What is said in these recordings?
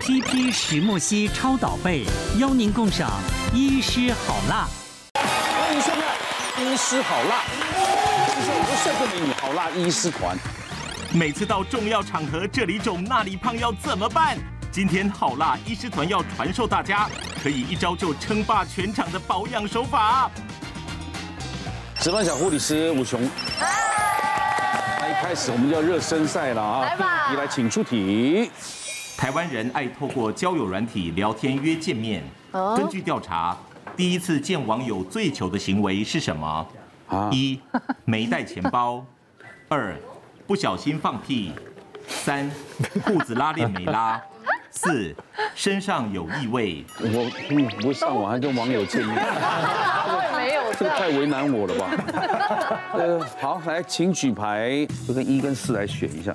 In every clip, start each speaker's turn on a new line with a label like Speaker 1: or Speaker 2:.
Speaker 1: CP 石墨烯超导被，邀您共赏医师好辣。
Speaker 2: 欢迎收看《医师好辣》，这是我们社会美女好辣医师团。
Speaker 3: 每次到重要场合，这里肿那里胖要怎么办？今天好辣医师团要传授大家可以一招就称霸全场的保养手法。
Speaker 2: 值班小护理师武雄。那一开始我们就要热身赛了啊！
Speaker 4: 来吧
Speaker 2: 你来请出题。
Speaker 3: 台湾人爱透过交友软体聊天约见面。
Speaker 4: 哦
Speaker 3: 根据调查，第一次见网友最糗的行为是什么？
Speaker 2: 啊
Speaker 3: 一没带钱包，二不小心放屁，三裤子拉链没拉，四身上有异味。
Speaker 2: 我嗯不会上网，还跟网友见 面，
Speaker 4: 我也没有
Speaker 2: 这
Speaker 4: 这
Speaker 2: 个
Speaker 4: 样。
Speaker 2: 太为难我了吧？呃，好，来，请举牌，就跟一跟四来选一下。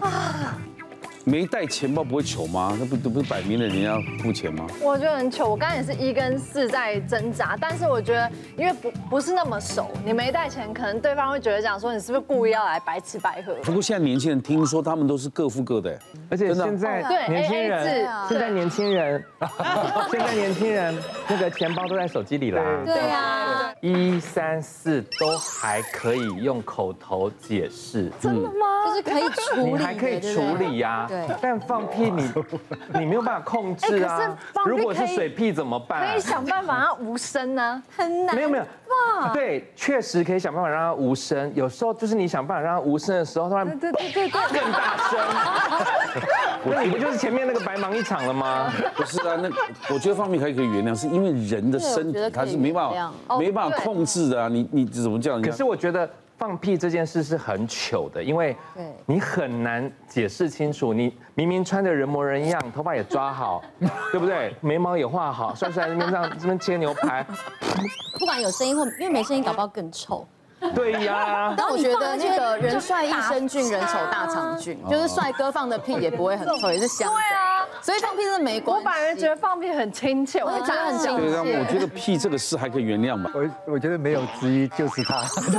Speaker 2: 没带钱包不会糗吗？那不都不是摆明了人家付钱吗？
Speaker 4: 我觉得很糗，我刚才也是一跟四在挣扎，但是我觉得因为不不是那么熟，你没带钱，可能对方会觉得讲说你是不是故意要来白吃白喝。
Speaker 2: 不过现在年轻人听说他们都是各付各的，哎
Speaker 5: 而且
Speaker 2: 真的
Speaker 5: 现在
Speaker 4: 对
Speaker 5: 年轻
Speaker 4: AA 制
Speaker 5: 人，现在年轻人，现在年轻人那个钱包都在手机里啦。
Speaker 6: 对
Speaker 4: 啊
Speaker 6: 呀、
Speaker 5: 一三四都还可以用口头解释，
Speaker 6: 就是可以处理
Speaker 5: 你
Speaker 6: 的，
Speaker 5: 还可以
Speaker 6: 对不对
Speaker 5: 处理呀、
Speaker 6: 对
Speaker 5: 但放屁你你没有办法控制
Speaker 4: 哎可是
Speaker 5: 啊。
Speaker 4: 放屁
Speaker 5: 如果是
Speaker 4: 可以
Speaker 5: 水屁怎么办？
Speaker 4: 可以想办
Speaker 7: 啊
Speaker 4: 法让它无声呢、
Speaker 6: 很
Speaker 5: 啊
Speaker 6: 难。
Speaker 5: 没有没有，对，确实可以想办法让它无声。有时候就是你想办法让它无声的时候，突然
Speaker 6: 对对对 对，
Speaker 5: 更大声，那你不就是前面那个白忙一场了吗？
Speaker 2: 不是啊，那我觉得方面还可以原谅，是因为人的身体
Speaker 6: 对我觉得
Speaker 2: 它
Speaker 6: 可以
Speaker 2: 是没办
Speaker 6: 原
Speaker 2: 法
Speaker 6: 谅
Speaker 4: 哦
Speaker 2: 没办法
Speaker 4: 对
Speaker 2: 控制的啊，你你怎么叫人
Speaker 5: 可
Speaker 2: 家？
Speaker 5: 是我觉得放屁这件事是很糗的，因为
Speaker 6: 对
Speaker 5: 你很难解释清楚。你明明穿的人模人样，头发也抓好， 对不对？眉毛也画好，帅帅在那边这样这边切牛排，
Speaker 6: 不管有声音或因为没声音，搞不好更臭。
Speaker 5: 对呀、
Speaker 7: 但我觉得那个人帅益生菌，人丑大肠菌，就是帅哥放的屁也不会很臭，也是香的。
Speaker 4: 对啊，
Speaker 7: 所以放屁真的没
Speaker 4: 我
Speaker 7: 关系。
Speaker 4: 反而觉得放屁很亲切，我会觉得很亲
Speaker 2: 对，啊但我觉
Speaker 4: 切。
Speaker 2: 得屁这个事还可以原谅吧。
Speaker 8: 我我觉得没有之一就是他，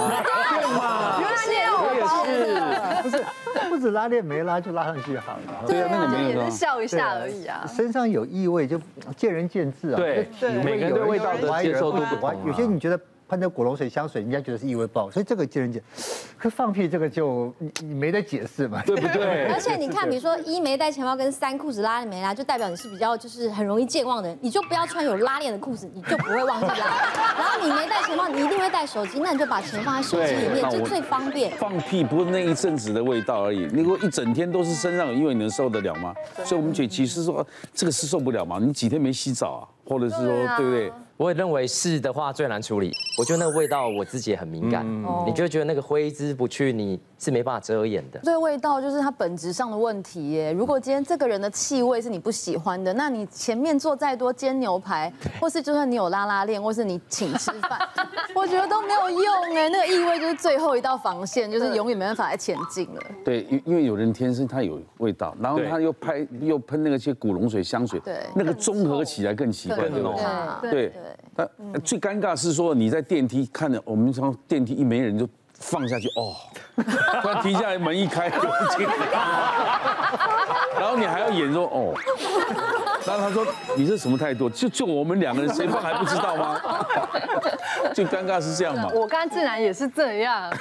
Speaker 4: 原来你有
Speaker 8: 不是裤子拉链没拉就拉上去好了。
Speaker 2: 对啊，那个
Speaker 4: 就
Speaker 2: 没有
Speaker 4: 也
Speaker 2: 啊
Speaker 4: 是。笑一下而已啊。
Speaker 8: 身上有异味就见仁见智啊。
Speaker 5: 对
Speaker 8: 就体
Speaker 5: 每个人对
Speaker 8: 有
Speaker 5: 味道的
Speaker 8: 喜欢
Speaker 5: 接受度
Speaker 8: 有人
Speaker 5: 不同啊
Speaker 8: 喜欢有些你觉得喷的果龙水香水，人家觉得是异味爆，所以这个见仁见。可放屁这个就你你没得解释嘛。
Speaker 5: 对不对
Speaker 6: 而？且你看，比如说一没带钱包跟三裤子拉链没拉，就代表你是比较就是很容易健忘的人，你就不要穿有拉链的裤子，你就不会忘记拉。然后你没带钱包，你一定会带手机，那你就把钱放在手机里
Speaker 2: 对那
Speaker 6: 面，
Speaker 2: 我
Speaker 6: 就最方便。
Speaker 2: 放屁不是那一阵子的味道而已，如果一整天都是身上有异味，你能受得了吗？所以我们觉其实说呃这个是受不了嘛，你几天没洗澡啊，或者是
Speaker 4: 对
Speaker 2: 说
Speaker 4: 啊
Speaker 2: 对不对？
Speaker 9: 我也认为是的话最难处理。我觉得那个味道我自己也很敏感，你就会觉得那个挥之不去，你是没办法遮掩的。
Speaker 7: 对味道就是它本质上的问题耶。如果今天这个人的气味是你不喜欢的，那你前面做再多煎牛排，或是就算你有拉拉链，或是你请吃饭， 我觉得都没有用哎。那个异味就是最后一道防线，就是永远没办法再前进了。
Speaker 2: 对，因因为有人天生他有味道，然后
Speaker 5: 对
Speaker 2: 他又拍又喷那个些古龙水香水，
Speaker 7: 对
Speaker 2: 那个综合起来更奇怪，
Speaker 7: 更
Speaker 2: 对不对
Speaker 5: 浓？
Speaker 7: 对
Speaker 2: 对，那最尴尬是说你在电梯看着，我们从电梯一没人就放下去，哦，突然停下来，门一开就进来，然后你还要演说哦，然后他说你这什么态度？就就我们两个人谁放还不知道吗？ 最尴尬是这样嘛？
Speaker 4: 我刚才竟然也是这 样，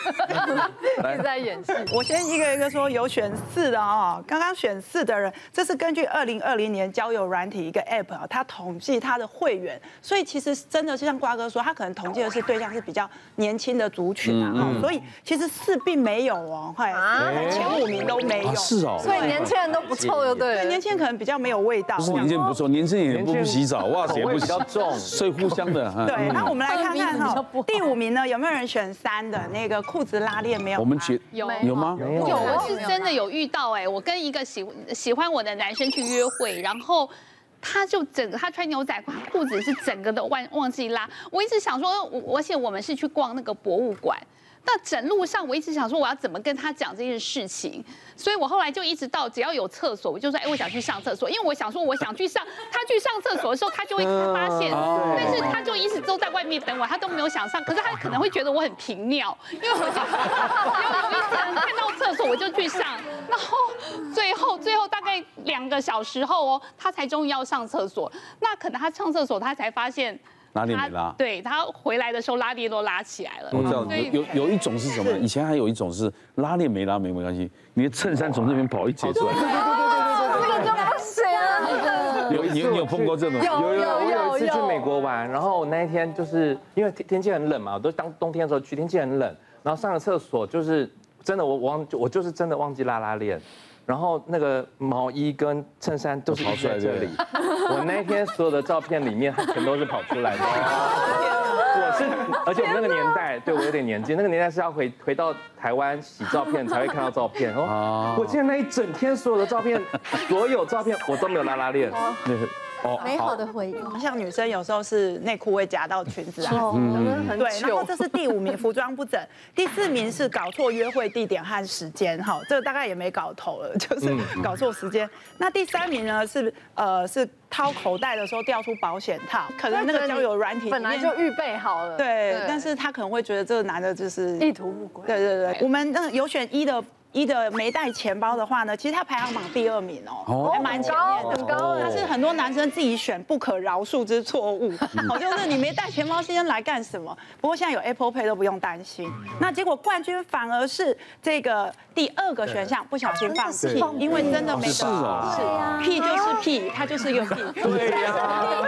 Speaker 4: 一
Speaker 2: 来
Speaker 4: 直在演戏。
Speaker 10: 我先一个一个说，有选四的啊、刚刚选四的人，这是根据二零二零年交友软体一个 app 啊，它统计它的会员，所以其实真的就像瓜哥说，他可能统计的是对象是比较年轻的族群
Speaker 2: 嗯
Speaker 10: 啊，哦所以其实四并没有哦，嗨，
Speaker 4: 哎
Speaker 10: 前五名都没有，
Speaker 2: 啊是哦，
Speaker 4: 所以年轻人都不臭，就
Speaker 10: 对，
Speaker 4: 对了。
Speaker 10: 年轻人可能比较没有味道，
Speaker 2: 不是年轻人不错，年轻人也不不洗澡，袜子也不洗，
Speaker 5: 口味比较重
Speaker 2: 所以互相的。嗯
Speaker 10: 对，那我们来看看
Speaker 7: 二名比较
Speaker 10: 哈
Speaker 7: 不好，
Speaker 10: 第五名呢有没有人选三的那个裤子拉链没有拉？
Speaker 2: 我们觉
Speaker 6: 啊
Speaker 11: 有
Speaker 2: 有吗？
Speaker 11: 有，我是真的有遇到哎、我跟一个喜喜欢我的男生去约会，然后。他就整个他穿牛仔裤裤子是整个的忘忘记拉，我一直想说，哦我而且我们是去逛那个博物馆，那整路上我一直想说我要怎么跟他讲这件事情，所以我后来就一直到只要有厕所，我就说哎我想去上厕所，因为我想说我想去上，他去上厕所的时候他就会发现，但是他就一直都在外面等我，他都没有想上，可是他可能会觉得我很频尿，因为我就因为我一直看到厕所我就去上， 然后最后最后大概两个小时后哦，他才终于要上厕所。那可能他上厕所，他才发现
Speaker 2: 哪里没拉
Speaker 11: 他对他回来的时候拉链都拉起来了。
Speaker 10: 嗯
Speaker 2: 我知道
Speaker 11: 所以
Speaker 2: 有有有一种是什么？以前还有一种是拉链没拉没没关系，你的衬衫从这边跑一
Speaker 10: 哦
Speaker 2: 截出来。
Speaker 5: 啊
Speaker 4: 这个就不行
Speaker 10: 啊
Speaker 4: 了。
Speaker 2: 有你有你有碰过这种？
Speaker 5: 有有有，我有一次去
Speaker 4: 有
Speaker 5: 美国玩，然后我那一天就是因为天天气很冷嘛，我都当冬天的时候去，天气很冷，然后上了厕所就是真的我忘我就是真的忘记拉拉链，然后那个毛衣跟衬衫都是
Speaker 2: 跑出来
Speaker 5: 在这
Speaker 2: 对
Speaker 5: 里
Speaker 2: 不，
Speaker 5: 我那一天所有的照片里面它全都是跑出 来的。我是，而且我们那个年代，对我有点年纪，那个年代是要回回到台湾洗照片才会看到照片。哦，我记得那一整天所有的照片，所有照片我都没有拉拉链。哦
Speaker 10: 美好的
Speaker 6: 回忆，
Speaker 10: 像女生有时候是内裤会夹到裙子啊，
Speaker 4: 哦嗯很
Speaker 10: 对。然后
Speaker 4: 糗
Speaker 10: 这是第五名，服装不整；第四名是搞错约会地点和时间，哈，这个大概也没搞头了，就是
Speaker 12: 嗯
Speaker 10: 搞错时间。那第三名呢是呃是掏口袋的时候掉出保险套，可能那个交友软体里
Speaker 4: 本
Speaker 10: 面
Speaker 4: 来就预备好了。
Speaker 10: 对，但是他可能会觉得这个男的就是
Speaker 4: 意图不轨。
Speaker 10: 对对对，我们那有选一的。一的没带钱包的话呢，其实他排行榜第二名
Speaker 12: 哦
Speaker 10: 哦，还蛮前面的，
Speaker 12: 很高很高
Speaker 10: 但是很多男生自己选不可饶恕之错误，
Speaker 12: 嗯
Speaker 10: 好就是你没带钱包，先来干什么？不过现在有 Apple Pay 都不用担心。
Speaker 12: 嗯
Speaker 10: 那结果冠军反而是这个第二个选项，不小心放
Speaker 12: 对
Speaker 10: 弃，因为真的没
Speaker 12: 是哦
Speaker 10: 是屁就是屁，它就是一个屁。
Speaker 12: 对呀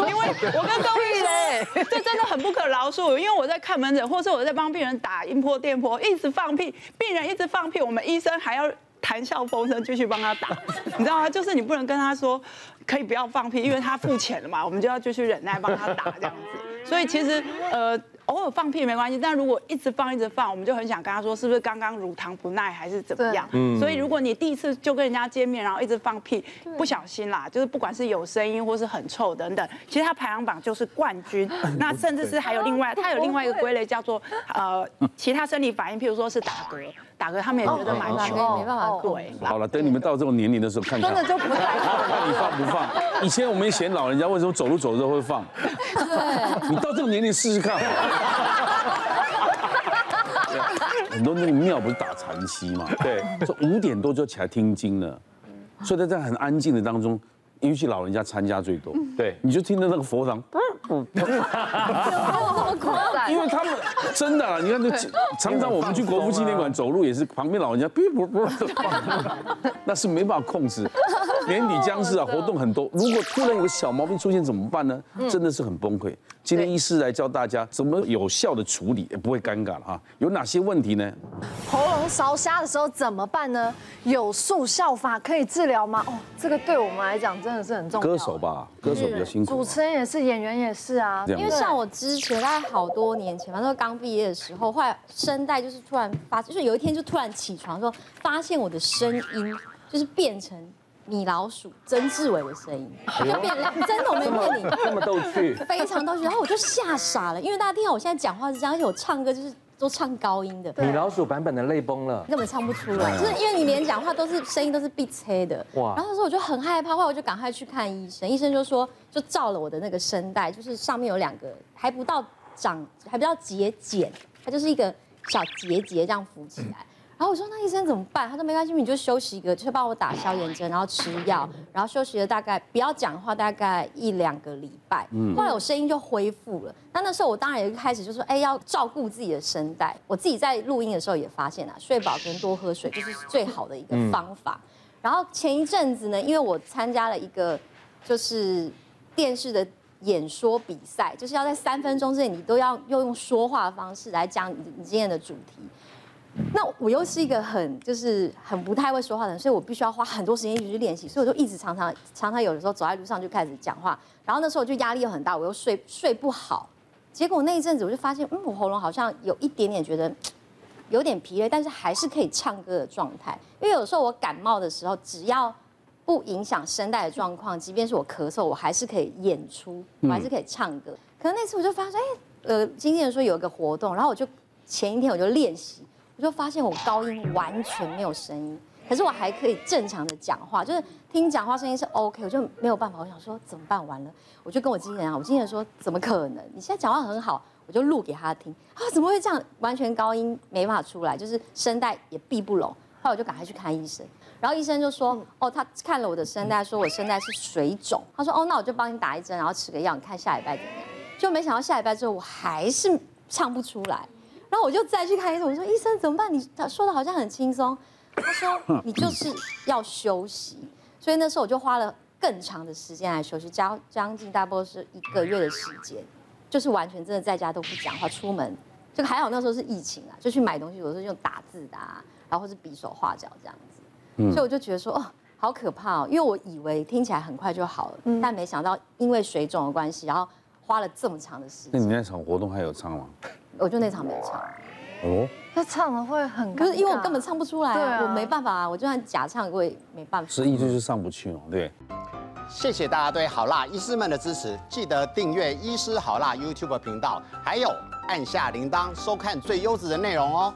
Speaker 10: 因为我跟各位说，这真的很不可饶恕。因为我在看门诊，或是我在帮病人打音波、电波，一直放屁，病人一直放屁，我们医生还要。谈笑风生，继续帮他打， 你知道吗？就是你不能跟他说可以不要放屁，因为他付钱了嘛，我们就要继续忍耐帮他打这样子。所以其实呃，偶尔放屁没关系，但如果一直放一直放，我们就很想跟他说，是不是刚刚乳糖不耐还是怎么样？
Speaker 12: 对嗯
Speaker 10: 所以如果你第一次就跟人家见面，然后一直放屁
Speaker 12: 对，
Speaker 10: 不小心啦，就是不管是有声音或是很臭等等，其实他排行榜就是冠军。 那甚至是还有另外，他有另外一个归类叫做呃其他生理反应，譬如说是打嗝，打嗝他们也觉得蛮糗
Speaker 2: 哦，
Speaker 10: 没办法对。
Speaker 2: 好了，等你们到这种年龄的时候看看，
Speaker 10: 真的就不太
Speaker 2: 看 你放不 放。以前我们嫌老人家为什么走路走着会放，你到这个年龄试试 看好了。很多那个庙不是打禅七嘛？对，说五点多就起来听经了，所以他在很安静的当中，尤其老人家参加最多。对，你就听到那个佛堂，
Speaker 12: 这么夸
Speaker 4: 哎
Speaker 12: 张？
Speaker 2: 因为他们真的啊， 你看那常常我们去国父纪念馆走路也是，旁边老人家哔啵啵的放， 那是没办法控制。年底将至啊，活动很多，如果突然有个小毛病出现怎么办呢？
Speaker 13: 嗯
Speaker 2: 真的是很崩溃。今天医师来教大家怎么有效的处理，也不会尴尬了哈。有哪些问题呢？
Speaker 4: 喉咙烧瞎的时候怎么办呢？有速效法可以治疗吗？哦，这个对我们来讲真的是很重要。
Speaker 2: 歌手吧，歌手比较辛苦啊
Speaker 4: 主。持人也是，演员也是啊
Speaker 2: 这样
Speaker 6: 因为像我之前大概好多年前吧，那时候刚毕业的时候，后来声带就是突然发，就是有一天就突然起床的时候，发现我的声音就是变成米老鼠曾志伟的声音，
Speaker 12: 哎呦
Speaker 6: 就变亮，真的我没骗你，
Speaker 12: 这么这么逗趣
Speaker 6: 非常逗趣。然后我就吓傻了，因为大家听到我现在讲话是这样，而且我唱歌就是都唱高音的，
Speaker 5: 米老鼠版本的泪崩了。
Speaker 6: 根本唱不出
Speaker 5: 嗯
Speaker 6: 来，就是因为你连讲话都是声音都是闭塞的。
Speaker 5: 哇
Speaker 6: 哇！然后那时候我就很害怕，后来我就赶快去看医生，医生就说就照了我的那个声带，就是上面有两个还不到长还不到节茧，它就是一个小结节这样浮起来。然后我说那医生怎么办？他说没关系，你就休息一个，就是帮我打消炎针，然后吃药，然后休息了大概不要讲话，大概一两个礼拜。
Speaker 12: 嗯
Speaker 6: 后来我声音就恢复了。那那时候我当然也开始就说，哎，要照顾自己的声带。我自己在录音的时候也发现啊，睡饱跟多喝水就是最好的一个方法。然后前一阵子呢，因为我参加了一个就是电视的演说比赛，就是要在三分钟之内，你都要用说话的方式来讲你你今天的主题。那我又是一个很就是很不太会说话的人，所以我必须要花很多时间一直去练习，所以我就一直常常常常有的时候走在路上就开始讲话，然后那时候就压力又很大，我又睡睡不好，结果那一阵子我就发现，嗯，我喉咙好像有一点点觉得有点疲累，但是还是可以唱歌的状态。因为有时候我感冒的时候，只要不影响声带的状况，即便是我咳嗽，我还是可以演出，我还是可以唱歌。可能那次我就发现，哎，呃，经纪人说有一个活动，然后我就前一天我就练习，我就发现我高音完全没有声音。可是我还可以正常的讲话，就是听讲话声音是 OK，我就没有办法。我想说怎么办？完了，我就跟我经纪人啊，我经纪人说怎么可能？你现在讲话很好，我就录给他听啊，怎么会这样？完全高音没办法出来，就是声带也闭不拢。后来我就赶快去看医生，然后医生就说，哦，他看了我的声带，说我声带是水肿，他说，哦，那我就帮你打一针，然后吃个药，你看下礼拜怎么样？就没想到下礼拜之后我还是唱不出来，然后我就再去看医生，我说医生怎么办？你他说的好像很轻松，他说你就是要休息，所以那时候我就花了更长的时间来休息，将将近大概是一个月的时间，就是完全真的在家都不讲话，出门就还好那时候是疫情啊，就去买东西，有时候用打字的、啊，然后或是比手画脚这样子，
Speaker 12: 嗯
Speaker 6: 所以我就觉得说哦。好可怕哦！因为我以为听起来很快就好了，
Speaker 2: 嗯
Speaker 6: 但没想到因为水肿的关系，然后花了这么长的时间，
Speaker 2: 那你那场活动还有唱吗？
Speaker 6: 我就那场没唱。
Speaker 2: 哦，
Speaker 6: 他唱了会很，可是因为我根本唱不出来、
Speaker 4: 对
Speaker 6: 啊，
Speaker 4: 啊
Speaker 6: 我没办法啊，我就算假唱我也没办法。
Speaker 2: 十一就是上不去哦，对。
Speaker 13: 谢谢大家对好辣医师们的支持，记得订阅医师好辣 YouTube 频道，还有按下铃铛收看最优质的内容哦。